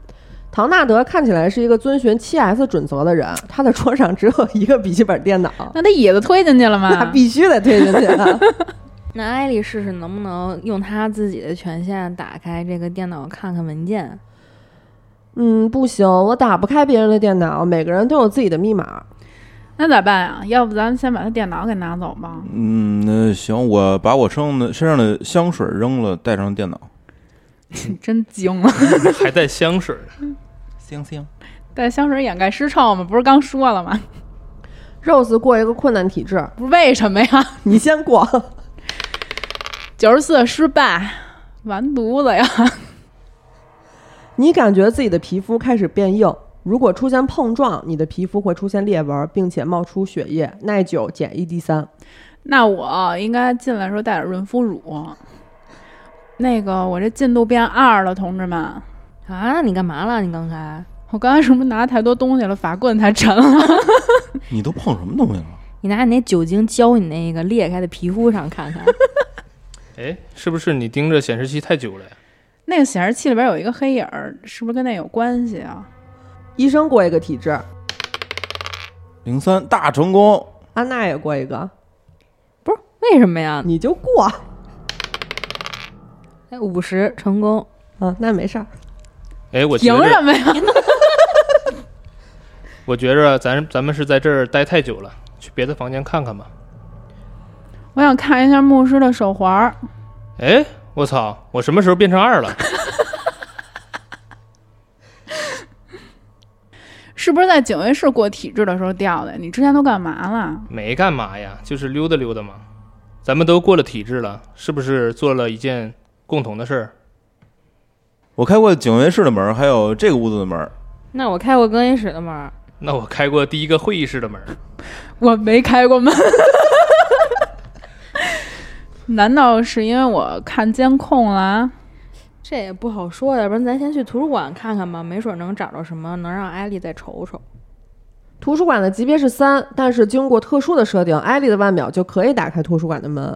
S2: 唐纳德看起来是一个遵循 7S 准则的人，他的桌上只有一个笔记本电脑，
S3: 那他椅子推进去了
S2: 那
S3: 吗？
S2: 必须得推进去的。
S4: 那艾丽试试能不能用她自己的权限打开这个电脑看看文件。
S2: 嗯，不行，我打不开别人的电脑，每个人都有自己的密码。
S3: 那咋办啊？要不咱们先把他电脑给拿走吧？
S6: 嗯，那行，我把我身上的身上的香水扔了，带上电脑。
S2: 嗯
S3: 你真精了，
S5: 还带香水呢。
S6: 香香，
S3: 带香水掩盖尸臭吗？不是刚说了吗？
S2: Rose 过一个困难体质，
S3: 不是为什么呀？
S2: 你先过。
S3: 九十四失败，完犊子呀！
S2: 你感觉自己的皮肤开始变硬，如果出现碰撞，你的皮肤会出现裂纹，并且冒出血液，耐久减一 d 三。
S3: 那我应该进来的时候带点润肤乳。那个，我这进度变二了，同志们，
S4: 啊，你干嘛了？你刚才
S3: 我刚才是不是拿太多东西了？法棍太沉了。
S6: 你都碰什么东西了？
S4: 你拿你那酒精浇你那个裂开的皮肤上看 看。
S5: 哎，是不是你盯着显示器太久了呀？
S3: 那个显示器里边有一个黑影儿，是不是跟那有关系啊？
S2: 医生过一个体质，
S6: 零三大成功，
S2: 安娜也过一个，
S4: 不是为什么呀？
S2: 你就过
S4: 哎五十成功，
S2: 啊，那没事儿。
S5: 哎，我觉
S3: 凭
S5: 着，
S3: 什么呀？
S5: 我觉着咱咱们是在这儿待太久了，去别的房间看看吧。
S3: 我想看一下牧师的手环儿。
S5: 哎，我操，我什么时候变成二了？
S3: 是不是在警卫室过体质的时候掉的？你之前都干嘛了？
S5: 没干嘛呀，就是溜达溜达嘛。咱们都过了体制了，是不是做了一件共同的事儿？
S6: 我开过警卫室的门，还有这个屋子的门。
S4: 那我开过更衣室的门儿，
S5: 那我开过第一个会议室的门儿，
S3: 我没开过门。 难道是因为我看监控啊了？
S4: 这也不好说，要不然咱先去图书馆看看吧，没准能找着什么能让艾丽再瞅瞅。
S2: 图书馆的级别是三，但是经过特殊的设定，艾丽的腕表就可以打开图书馆的门。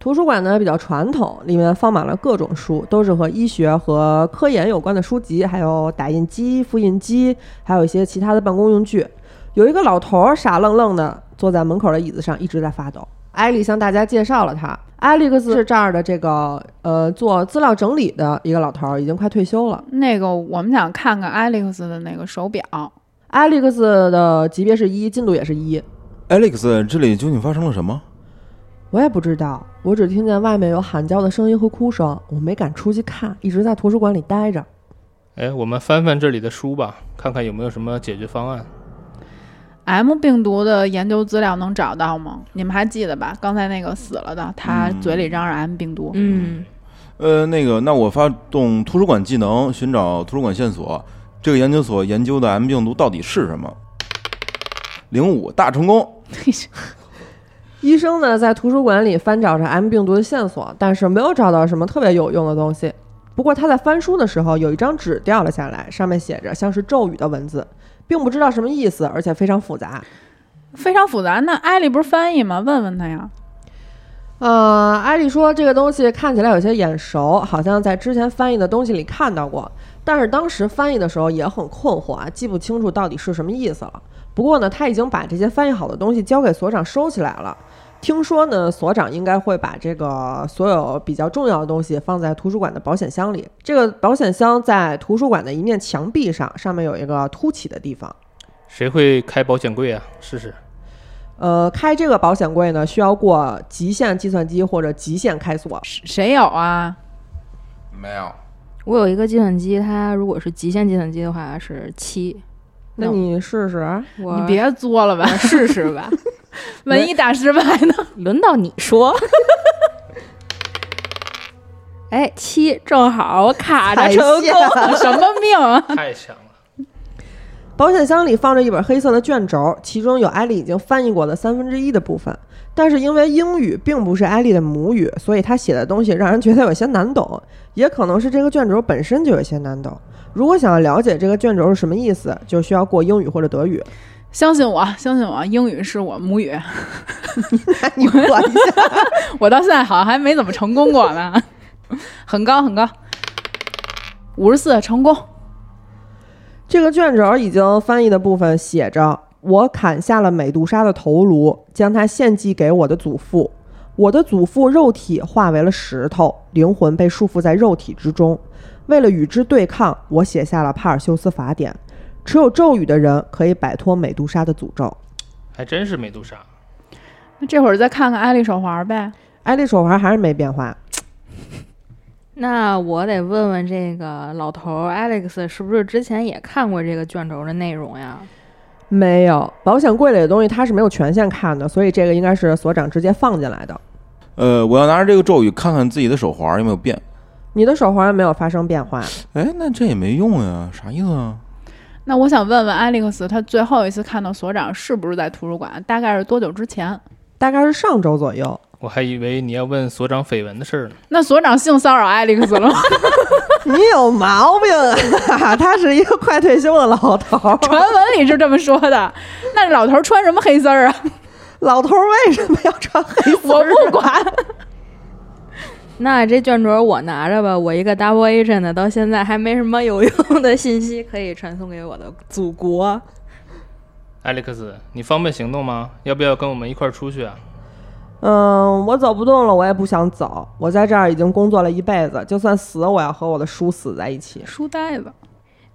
S2: 图书馆呢比较传统，里面放满了各种书，都是和医学和科研有关的书籍，还有打印机、复印机，还有一些其他的办公用具。有一个老头儿傻愣愣的坐在门口的椅子上，一直在发抖。艾丽向大家介绍了他，艾利克斯是这儿的这个呃做资料整理的一个老头儿，已经快退休了。
S3: 那个，我们想看看 Alex 的那个手表。
S2: Alex 的级别是一，进度也是一。
S6: Alex，这里究竟发生了什么？
S2: 我也不知道，我只听见外面有喊叫的声音和哭声，我没敢出去看，一直在图书馆里待着。
S5: 哎，我们翻翻这里的书吧，看看有没有什么解决方案。
S3: M 病毒的研究资料能找到吗？你们还记得吧？刚才那个死了的，他嘴里嚷嚷 M 病毒。
S4: 嗯，
S6: 呃，那个，那我发动图书馆技能寻找图书馆线索。这个研究所研究的 M 病毒到底是什么？零五大成功，
S2: 医生呢，在图书馆里翻找着 M 病毒的线索，但是没有找到什么特别有用的东西。不过他在翻书的时候，有一张纸掉了下来，上面写着像是咒语的文字，并不知道什么意思，而且非常复杂。
S3: 非常复杂。那艾丽不是翻译吗？问问他呀。
S2: 呃，艾丽说这个东西看起来有些眼熟，好像在之前翻译的东西里看到过，但是当时翻译的时候也很困惑啊，记不清楚到底是什么意思了。不过呢，他已经把这些翻译好的东西交给所长收起来了。听说呢，所长应该会把这个所有比较重要的东西放在图书馆的保险箱里。这个保险箱在图书馆的一面墙壁上，上面有一个凸起的地方。
S5: 谁会开保险柜啊？试试。
S2: 呃，开这个保险柜呢，需要过极限计算机或者极限开锁。
S3: 谁谁有啊？
S6: 没有。
S4: 我有一个计算机，它如果是极限计算机的话是七。
S2: 那你试啊试。
S4: 我
S3: 你别作了吧
S4: 我，试试吧，
S3: 万一打失败呢？
S4: 轮到你 说。哎，七正好我卡着
S2: 踩
S4: 成
S2: 线
S4: 功，
S3: 什么命啊？
S5: 太强了。
S2: 保险箱里放着一本黑色的卷轴，其中有艾丽已经翻译过的三分之一的部分。但是因为英语并不是艾丽的母语，所以她写的东西让人觉得有些难懂，也可能是这个卷轴本身就有些难懂。如果想要了解这个卷轴是什么意思，就需要过英语或者德语。
S3: 相信我，相信我，英语是我母语，
S2: 你管一下，
S3: 我到现在好像还没怎么成功过呢， 很高很高，五十四成功。
S2: 这个卷轴已经翻译的部分写着：“我砍下了美杜莎的头颅，将它献祭给我的祖父。我的祖父肉体化为了石头，灵魂被束缚在肉体之中。为了与之对抗，我写下了帕尔修斯法典。持有咒语的人可以摆脱美杜莎的诅咒。
S5: 还真是美杜莎。
S3: 那这会儿再看看艾丽手环呗。”
S2: 艾丽手环还是没变化。
S4: 那我得问问这个老头儿 Alex 是不是之前也看过这个卷轴的内容呀？
S2: 没有，保险柜里的东西他是没有权限看的，所以这个应该是所长直接放进来的。
S6: 呃，我要拿着这个咒语看看自己的手环有没有变。
S2: 你的手环没有发生变化，
S6: 哎，那这也没用呀，啥意思啊？
S3: 那我想问问艾利克斯，他最后一次看到所长是不是在图书馆？大概是多久之前？
S2: 大概是上周左右。
S5: 我还以为你要问所长绯闻的事儿呢。
S3: 那所长性骚扰艾利克斯了吗？
S2: 你有毛病啊！ 他是一个快退休的老头儿，
S3: 传闻里是这么说的。那老头穿什么黑丝儿 啊？
S2: 老头儿为什么要穿黑 丝？
S3: 我不管。
S4: 那这卷轴我拿着吧，我一个 double agent 的，到现在还没什么有用的信息可以传送给我的祖国。
S5: 艾利克斯，你方便行动吗？要不要跟我们一块儿出去啊？
S2: 嗯，我走不动了，我也不想走。我在这儿已经工作了一辈子，就算死，我要和我的书死在一起。
S3: 书呆子，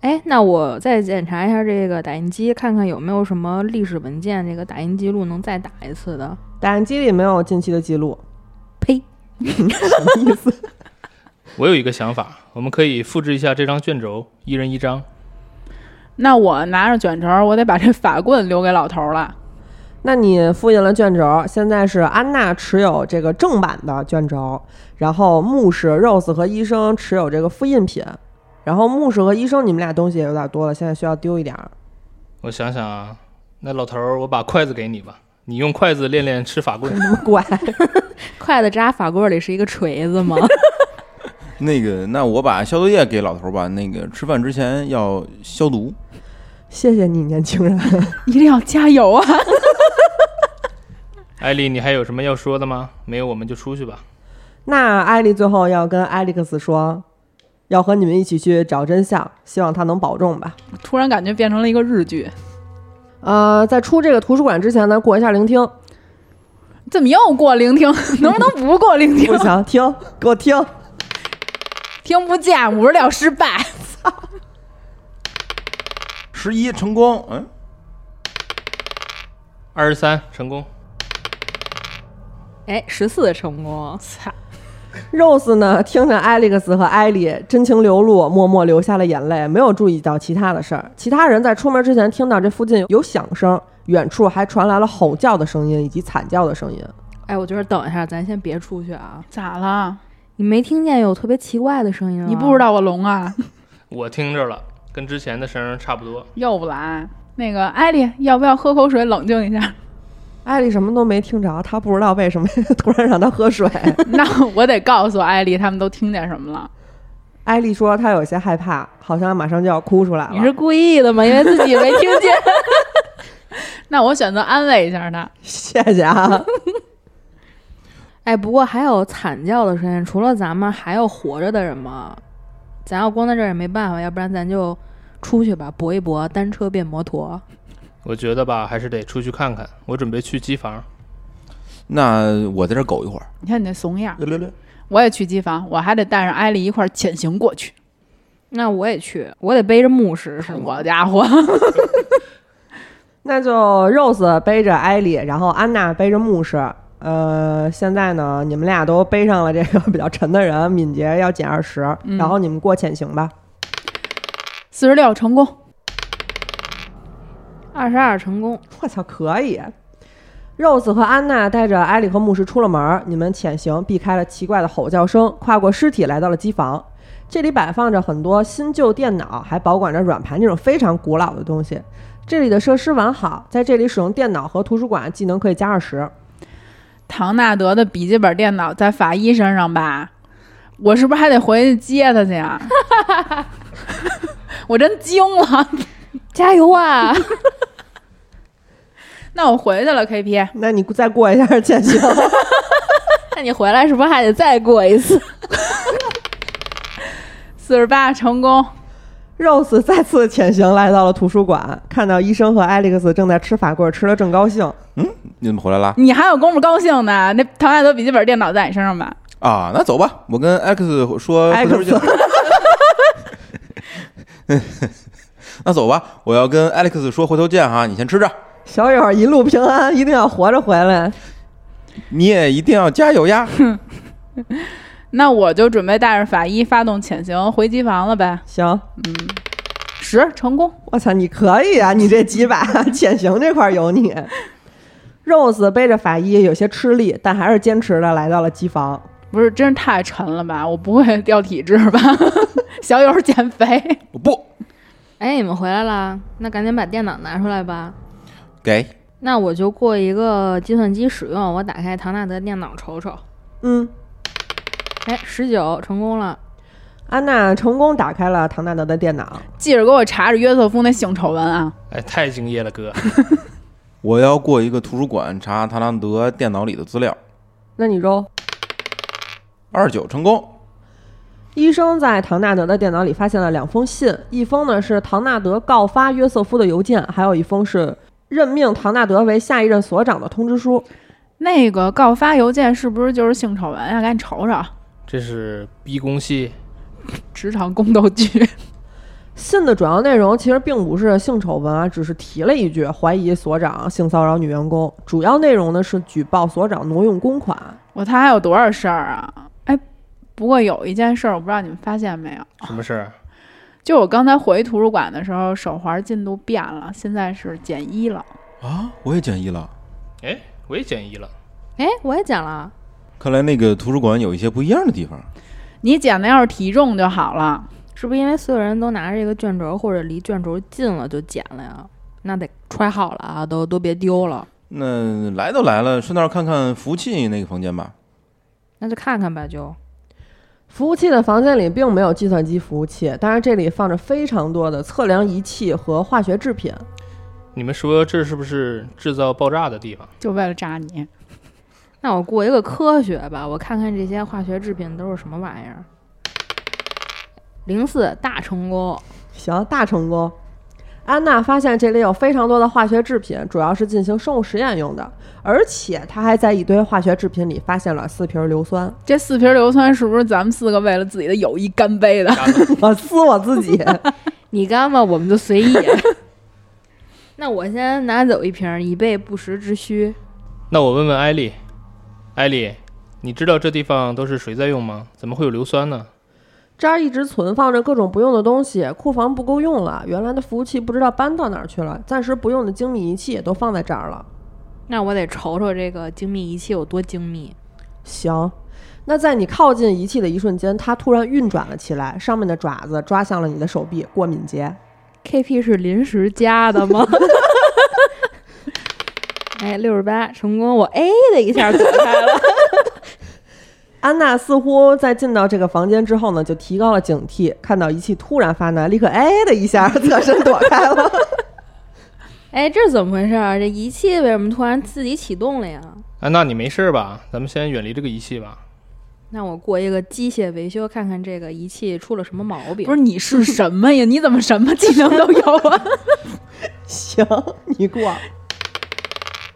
S4: 哎，那我再检查一下这个打印机，看看有没有什么历史文件，这个打印记录能再打一次的。
S2: 打印机里没有近期的记录，
S4: 呸！
S5: 我有一个想法，我们可以复制一下这张卷轴，一人一张。
S3: 那我拿着卷轴，我得把这法棍留给老头了。
S2: 那你复印了卷轴，现在是安娜持有这个正版的卷轴，然后牧师、Rose 和医生持有这个复印品。然后牧师和医生，你们俩东西也有点多了，现在需要丢一点儿。
S5: 我想想啊，那老头儿，我把筷子给你吧，你用筷子练练吃 法棍。
S2: 乖，
S4: 筷子扎法棍里是一个锤子吗？
S6: 那个，那我把消毒液给老头儿吧。那个吃饭之前要消毒。
S2: 谢谢你，年轻人。
S3: 一定要加油啊！
S5: 艾丽，你还有什么要说的吗？没有，我们就出去吧。
S2: 那艾丽最后要跟艾利克斯说，要和你们一起去找真相，希望他能保重吧。
S3: 突然感觉变成了一个日剧，
S2: 呃，在出这个图书馆之前呢，过一下聆听，
S3: 怎么又过聆听？ 能不能不过聆听
S2: 不？行，听，给我听。
S3: 听不见，五十了失败。
S6: 十一成功，嗯，
S5: 二十三成功，
S4: 哎，十四成功，
S3: 操，
S2: Rose 呢，听着 Alex 和艾莉真情流露，默默流下了眼泪，没有注意到其他的事儿。其他人在出门之前听到这附近有响声，远处还传来了吼叫的声音以及惨叫的声音。
S4: 哎，我觉得等一下，咱先别出去啊！
S3: 咋了？
S4: 你没听见有特别奇怪的声音吗？
S3: 你不知道我聋啊？
S5: 我听着了，跟之前的声儿差不多。
S3: 又不来？那个艾丽，要不要喝口水冷静一下？
S2: 艾莉什么都没听着，她不知道为什么 突然让她喝水。
S3: 那我得告诉艾丽，他们都听见什么了。
S2: 艾莉说她有些害怕，好像马上就要哭出来
S4: 你是
S2: 了。
S4: 故意的吗？因为自己没听 见。
S3: 那我选择安慰一下她。
S2: 谢谢啊，
S4: 哎，不过还有惨叫的声音，除了咱们，还有活着的人吗？咱要光在这儿也没办法，要不然咱就出去吧，搏一搏，单车变摩托。
S5: 我觉得吧，还是得出去看看。我准备去机房，
S6: 那我在这儿苟一会儿，
S3: 你看你那怂样儿，
S6: 六六六，
S3: 我也去机房，我还得带上艾丽一块儿潜行过去。
S4: 那我也去，我得背着牧师是吗？
S3: 我家伙，
S2: 那就 Rose 背着艾莉，然后安娜背着牧师。呃，现在呢，你们俩都背上了这个比较沉的人，敏捷要减二十，然后你们过潜行吧。
S3: 四十六成功，
S4: 二十二成功，
S2: 我操，可以！Rose 和安娜带着艾莉和牧师出了门儿，你们潜行避开了奇怪的吼叫声，跨过尸体来到了机房。这里摆放着很多新旧电脑，还保管着软盘这种非常古老的东西。这里的设施完好，在这里使用电脑和图书馆技能可以加二十。
S3: 唐纳德的笔记本电脑在法医身上吧？我是不是还得回去接他去啊？ 我真惊了。
S4: 加油啊！
S3: 那我回去了，KP。
S2: 那你再过一下潜行，
S4: 那你回来是不是还得再过一次？
S3: 四十八成功，
S2: Rose 再次潜行来到了图书馆，看到医生和 Alex 正在吃法棍儿，吃的正高兴。
S6: 你怎么回来啦？
S3: 你还有功夫高兴呢？那唐纳德笔记本电脑在你身上吧？
S6: 啊，那走吧，我跟 X 说，回头
S2: X
S6: 见 那走吧，我要跟 Alex 说回头见哈，你先吃着，
S2: 小友一路平安，一定要活着回来。
S6: 你也一定要加油 呀！
S3: 那我就准备带着法医发动潜行回机房了呗。
S2: 行，
S3: 十成功，
S2: 我操，你可以啊！你这几把潜行这块有你。Rose 背着法医有些吃力，但还是坚持的来到了机房。
S3: 不是，真是太沉了吧？我不会掉体质吧？ 小友减肥，
S6: 我不
S4: 哎，你们回来啦，那赶紧把电脑拿出来吧。
S6: 给，
S4: 那我就过一个计算机使用，我打开唐纳德电脑瞅瞅。
S2: 嗯，
S4: 哎，十九成功了。
S2: 安娜成功打开了唐纳德的电脑。
S3: 记着给我查查约瑟夫那性丑闻啊！
S5: 哎，太敬业了，哥。
S6: 我要过一个图书馆查唐纳德电脑里的资料，
S2: 那你说，
S6: 二九成功，
S2: 医生在唐纳德的电脑里发现了两封信，一封呢是唐纳德告发约瑟夫的邮件，还有一封是任命唐纳德为下一任所长的通知书。
S3: 那个告发邮件是不是就是性丑闻啊？赶紧瞅瞅，
S5: 这是逼宫戏，
S3: 职场宫斗剧。
S2: 信的主要内容其实并不是性丑闻啊，只是提了一句怀疑所长性骚扰女员工。主要内容呢是举报所长挪用公款。
S3: 我他还有多少事儿啊？哎，不过有一件事儿，我不知道你们发现没有，
S5: 什么事儿？
S3: 就我刚才回图书馆的时候，手环进度变了，现在是减一了。
S6: 啊，我也减一了。
S5: 哎，我也减一了。
S4: 哎，我也讲了。
S6: 看来那个图书馆有一些不一样的地方。
S3: 你减的要是体重就好了。
S4: 是不是因为所有人都拿着这个卷轴或者离卷轴近了就捡了呀？那得揣好了啊，都都别丢了。
S6: 那来都来了，顺道看看服务器那个房间吧。
S4: 那就看看吧，就
S2: 服务器的房间里并没有计算机服务器，但是这里放着非常多的测量仪器和化学制品。
S5: 你们说这是不是制造爆炸的地方？
S3: 就为了扎你，
S4: 那我过一个科学吧，我看看这些化学制品都是什么玩意儿。零四大成功，
S2: 行，大成功。安娜发现这里有非常多的化学制品，主要是进行生物实验用的，而且她还在一堆化学制品里发现了四瓶硫酸。
S3: 这四瓶硫酸是不是咱们四个为了自己的友谊干杯的？
S2: 我撕我自己。
S4: 你干吧，我们就随意。那我先拿走一瓶，以备不时之需。
S5: 那我问问艾丽，艾丽，你知道这地方都是谁在用吗？怎么会有硫酸呢？
S2: 这儿一直存放着各种不用的东西，库房不够用了，原来的服务器不知道搬到哪儿去了，暂时不用的精密仪器也都放在这儿了。
S4: 那我得瞅瞅这个精密仪器有多精密。
S2: 行，那在你靠近仪器的一瞬间，它突然运转了起来，上面的爪子抓向了你的手臂，过敏捷。
S4: KP 是临时加的吗？ 哎，六十八成功，我 A 的一下躲开了。
S2: 安娜似乎在进到这个房间之后呢，就提高了警惕，看到仪器突然发难，立刻哎的一下侧身躲开了。
S4: 哎，这是怎么回事啊？这仪器为什么突然自己启动了呀？
S5: 安啊娜，你没事吧？咱们先远离这个仪器吧。
S4: 那我过一个机械维修，看看这个仪器出了什么毛病。
S3: 不是你是什么呀？你怎么什么技能都有啊？
S2: 行，你过。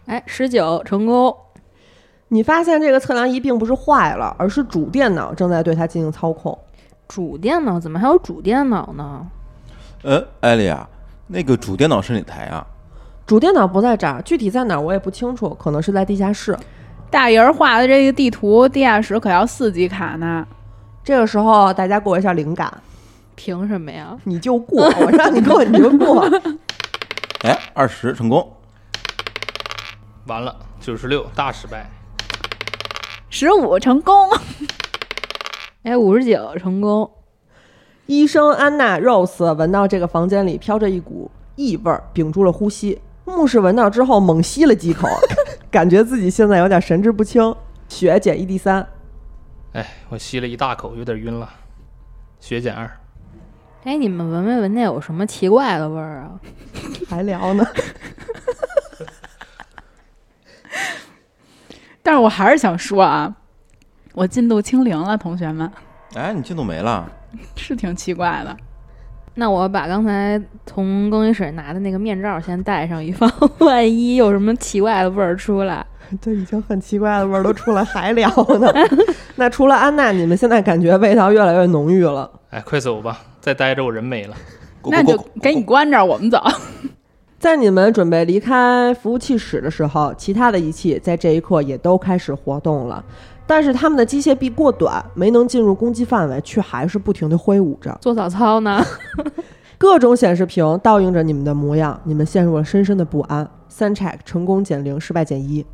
S4: 哎，十九成功。
S2: 你发现这个测量仪并不是坏了，而是主电脑正在对它进行操控。
S4: 主电脑怎么还有主电脑呢？
S6: 呃，艾丽啊，那个主电脑是哪台啊？
S2: 主电脑不在这儿，具体在哪儿我也不清楚，可能是在地下室。
S3: 大爷儿画的这个地图，地下室可要四级卡呢。
S2: 这个时候大家给我一下灵感，
S4: 凭什么呀？
S2: 你就过，我让你过你就过。
S6: 哎，二十成功。
S5: 完了，九十六，大失败。
S3: 十五成功，
S4: 哎，五十九成功。
S2: 医生安娜 Rose 闻到这个房间里飘着一股异味儿，屏住了呼吸。牧师闻到之后猛吸了 几口，感觉自己现在有点神志不清，血减一 d 三。
S5: 哎，我吸了一大口，有点晕了。血减二，
S4: 哎，你们闻没闻见有什么奇怪的味儿啊？
S2: 还聊呢？
S3: 但是我还是想说啊，我进度清零了，同学们
S6: 哎，你进度没了。
S3: 是挺奇怪的。
S4: 那我把刚才从更衣室拿的那个面罩先戴上，以防 万一有什么奇怪的味儿出来。
S2: 这已经很奇怪的味儿都出来，还聊 呢？那除了安娜，你们现在感觉味道越来越浓郁了。
S5: 哎，快走吧，再待着我人没了。
S6: 过
S3: 那
S6: 过
S3: 就
S6: 过
S3: 给你关这儿，我们走。
S2: 在你们准备离开服务器室的时候，其他的仪器在这一刻也都开始活动了，但是它们的机械臂过短，没能进入攻击范围，却还是不停地挥舞着。
S4: 做早操呢？
S2: 各种显示屏倒映着你们的模样，你们陷入了深深的不安。三 check 成功减零，失败减一。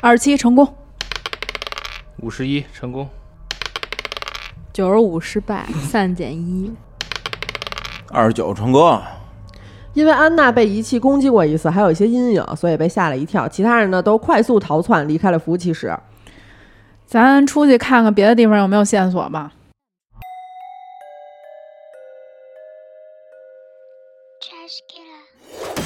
S3: 二十七成功，
S5: 五十一成功，
S4: 九十五失败，散减一。
S6: 二十九成功。
S2: 因为安娜被仪器攻击过一次，还有一些阴影，所以被吓了一跳。其他人呢都快速逃窜，离开了服务器室。
S3: 咱出去看看别的地方有没有线索吧。
S7: Trash killer.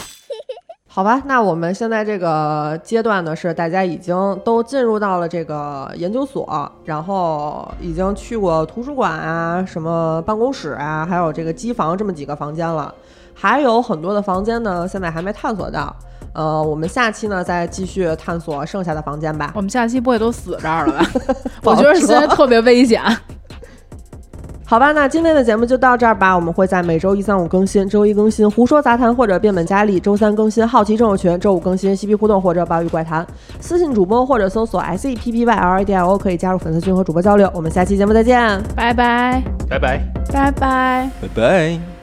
S2: 好吧，那我们现在这个阶段呢，是大家已经都进入到了这个研究所，然后已经去过图书馆啊、什么办公室啊，还有这个机房这么几个房间了，还有很多的房间呢，现在还没探索到。呃，我们下期呢再继续探索剩下的房间吧。
S3: 我们下期不会都死这儿了 吧？我
S2: 好
S3: 觉得现
S2: 说
S3: 在特别危 险。
S2: 好吧，那今天的节目就到这儿吧。我们会在每周一、三、五更新，周一更新《胡说杂谈》或者《变本加厉》，周三更新《好奇症友群》，周五更新《嬉皮互动》或者《暴雨怪谈》。私信主播或者搜索 S E P P Y L I D I O 可以加入粉丝群和主播交流。我们下期节目再见。
S3: 拜拜，
S5: 拜拜。
S3: 拜拜。
S6: 拜拜。